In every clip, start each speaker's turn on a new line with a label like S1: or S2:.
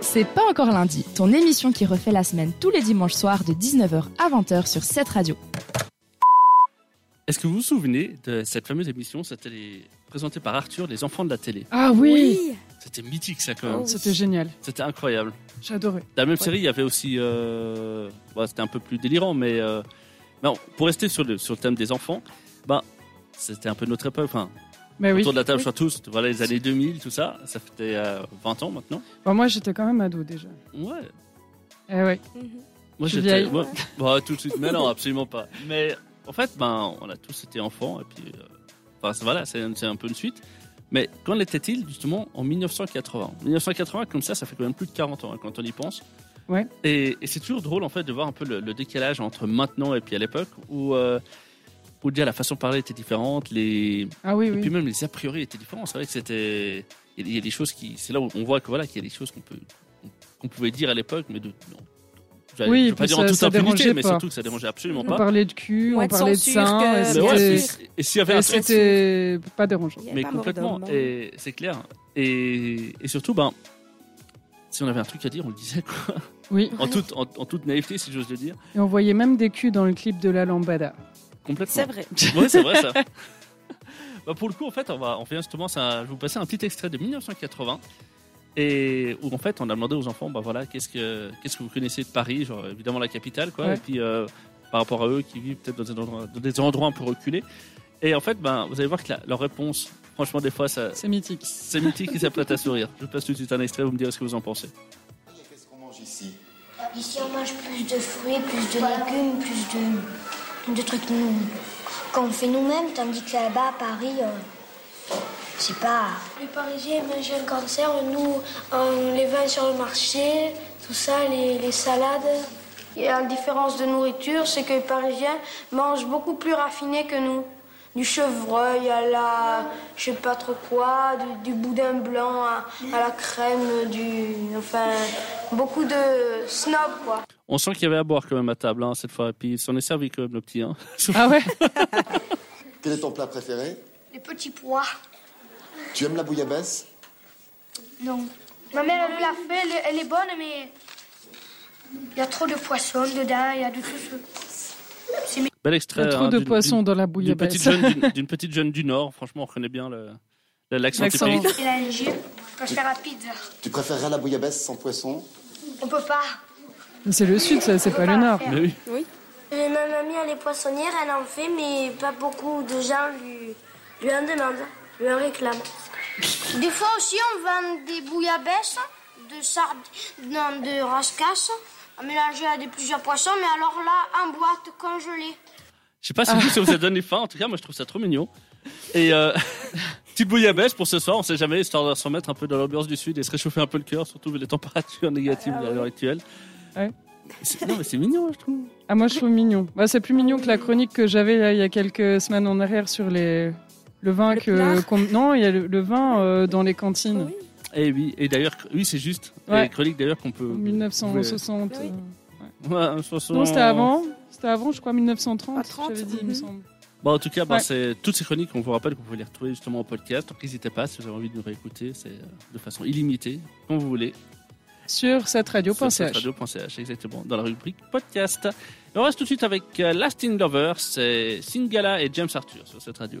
S1: C'est pas encore lundi, ton émission qui refait la semaine tous les dimanches soirs de 19h à 20h sur cette radio.
S2: Est-ce que vous vous souvenez de cette fameuse émission C'était les- présentée par Arthur, Les Enfants de la télé.
S3: Ah oui,
S2: C'était mythique, ça, quand même.
S3: oui. C'était génial.
S2: C'était incroyable.
S3: J'adorais.
S2: Dans la même série, il y avait aussi. euh, bah, c'était un peu plus délirant, mais. euh, non, pour rester sur le, sur le thème des enfants, bah, c'était un peu notre époque. Enfin,
S3: Mais Ah oui.
S2: autour de la table, je crois tous. Voilà, les années 2000, tout ça. Ça fait euh, 20 ans maintenant.
S3: Bon, Bah, moi, j'étais quand même ado déjà.
S2: Ouais.
S3: Eh ouais.
S2: Moi,
S3: Je suis
S2: j'étais.
S3: vieille.
S2: moi- bah, tout de suite, mais non, absolument pas. Mais en fait, ben, on a tous été enfants, et puis. euh, Enfin, c'est- voilà, c'est c'est un peu une suite. Mais quand était-il, justement, en 1980 1980, comme ça, ça fait quand même plus de 40 ans, hein, quand on y pense.
S3: Ouais.
S2: Et, et c'est toujours drôle, en fait, de voir un peu le, le décalage entre maintenant et puis à l'époque, où. euh, où déjà la façon de parler était différente, les,
S3: Ah oui,
S2: et puis
S3: oui.
S2: même les a priori étaient différents. C'est vrai que c'était. Il y a- il y a des choses qui. C'est là où on voit que voilà qu'il y a des choses qu'on peut qu'on pouvait dire à l'époque, mais de. Non. J'allais-
S3: Oui,
S2: je veux pas
S3: puis
S2: dire
S3: ça-
S2: en toute
S3: ça
S2: impunité,
S3: dérangeait
S2: mais
S3: pas.
S2: surtout que ça dérangeait absolument
S3: On
S2: pas.
S3: parlait de cul,
S4: Moins
S3: on
S4: de
S3: parlait de
S4: censure
S3: sein.
S4: que-
S3: et
S4: Mais
S2: Mais ouais,
S3: c'était-
S4: bien
S2: et
S4: sûr.
S2: si- et s'il y avait
S3: et
S2: un truc,
S3: C'était pas dérangeant.
S4: Il y a
S2: mais
S4: pas mort
S2: complètement,
S4: d'homme, non.
S2: et c'est clair. Et, et surtout, ben, si on avait un truc à dire, on le disait quoi.
S3: Oui.
S2: En toute, en, en toute naïveté, si j'ose le dire,
S3: Et on voyait même des culs dans le clip de la lambada.
S4: C'est
S2: complètement.
S4: vrai.
S2: Ouais, c'est vrai ça. Bah, pour le coup, en fait, on va, on fait justement, ça, je vais vous passer un petit extrait de 1980. Et où en fait, on a demandé aux enfants, bah voilà, qu'est-ce que, qu'est-ce que vous connaissez de Paris, genre évidemment la capitale, quoi.
S3: Ouais.
S2: Et puis euh, par rapport à eux qui vivent peut-être dans des endroits, dans des endroits un peu reculés. Et en fait, ben, vous allez voir que la- leur réponse, franchement, des fois, ça,
S3: C'est mythique.
S2: c'est mythique et ça prête à sourire. Je vous passe tout de suite un extrait, vous me direz ce que vous en pensez.
S5: Mais Qu'est-ce qu'on mange ici
S6: Ici, on mange plus de fruits, plus de légumes, plus de, de trucs nous, qu'on fait nous-mêmes, tandis que là-bas, à Paris, euh, c'est pas.
S7: Les Parisiens mangent un cancer, nous on les vins sur le marché, tout ça, les, les salades. Et la différence de nourriture, c'est que les Parisiens mangent beaucoup plus raffiné que nous. Du chevreuil à la je sais pas trop quoi, du, du boudin blanc à, à la crème, du. Enfin, beaucoup de snob quoi.
S2: On sent qu'il y avait à boire quand même à table, hein, cette fois. Et puis, il s'en est servi quand même, le petit. Hein.
S3: Ah ouais
S5: Quel est ton plat préféré
S7: Les petits pois.
S5: Tu aimes la bouillabaisse
S7: Non. Ma mère, elle me l'a fait, elle, elle est bonne, mais. Il y a trop de poissons dedans, il y a de tout ce.
S2: Bel
S3: Il y
S2: extrait.
S3: a trop
S2: hein,
S3: de
S2: d'une-
S3: poissons dans la
S2: d'une petite,
S3: bouillabaisse.
S2: jeune, d'une- d'une petite jeune du Nord. Franchement, on reconnaît bien le- le- l'accent
S3: L'accent.
S2: typique.
S7: Il a une jupe, quand je fais rapide.
S5: Tu préférerais la bouillabaisse sans poisson
S7: On peut pas.
S3: Mais C'est le sud, ça, c'est pas le nord.
S2: Mais oui.
S7: Euh, ma mamie, elle est poissonnière, elle en fait, mais pas beaucoup de gens lui, lui en demandent, lui en réclament. Des fois aussi, on vend des bouillabaisse, de sard... non, de rascasse, mélangées à des plusieurs poissons, mais alors là, en boîte congelée.
S2: Je sais pas si
S3: Ah.
S2: vous, ça vous a donné faim. En tout cas, moi, je trouve ça trop mignon. Et euh, petite bouillabaisse pour ce soir. On sait jamais, histoire de se remettre un peu dans l'ambiance du Sud et se réchauffer un peu le cœur, surtout vu les températures négatives à l'heure actuelle.
S3: Ouais.
S2: C'est- Non, mais c'est mignon, je trouve.
S3: Ah, moi, je trouve mignon. Bah, c'est plus mignon que la chronique que j'avais là, il y a quelques semaines en arrière sur les... le vin
S4: Le
S3: que.
S4: plat.
S3: qu'on- Non, il y a le, le vin euh, dans les cantines.
S4: Oui.
S2: Et Eh oui, et d'ailleurs, oui, c'est juste.
S3: Ouais.
S2: Et chronique d'ailleurs qu'on peut.
S3: en 1960.
S4: Oui.
S3: euh,
S2: Ouais, 60.
S3: Non, c'était avant. C'était avant, je crois, 1930.
S4: Ah, 30,
S3: j'avais dit, il me
S4: mhm.
S3: semble.
S2: Bon, en tout cas, ben,
S3: Ouais.
S2: c'est toutes ces chroniques, on vous rappelle que vous pouvez les retrouver justement en podcast. Donc, n'hésitez pas si vous avez envie de nous réécouter. C'est euh, de façon illimitée, quand vous voulez.
S3: Sur cette
S2: Sur
S3: radio.ch.
S2: radio.ch, exactement, dans la rubrique podcast. Et on reste tout de suite avec euh, Last in Lover, c'est Singala et James Arthur sur cette radio.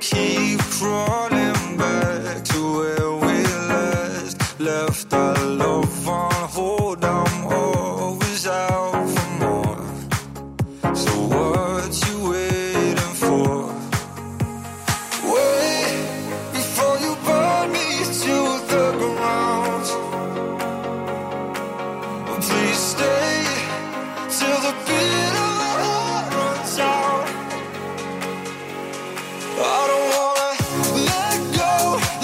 S8: Keep crawling back to where we last left our love on hold. I'm always out for more. So what you waiting for? Wait before you burn me to the ground. Oh, Please stay till the bitter end runs out. I don't wanna let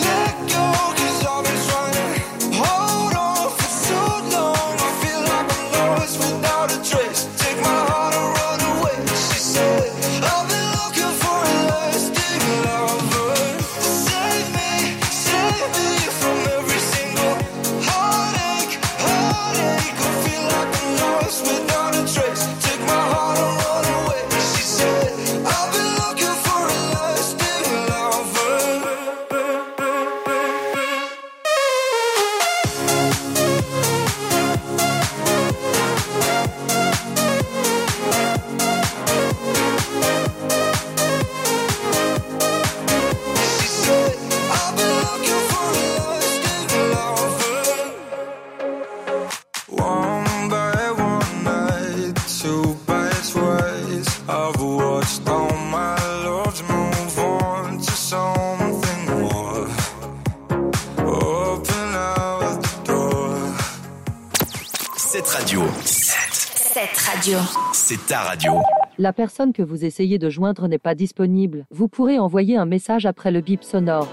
S9: radio. Cette,
S10: Cette radio.
S9: c'est ta radio.
S11: La personne que vous essayez de joindre n'est pas disponible. Vous pourrez envoyer un message après le bip sonore.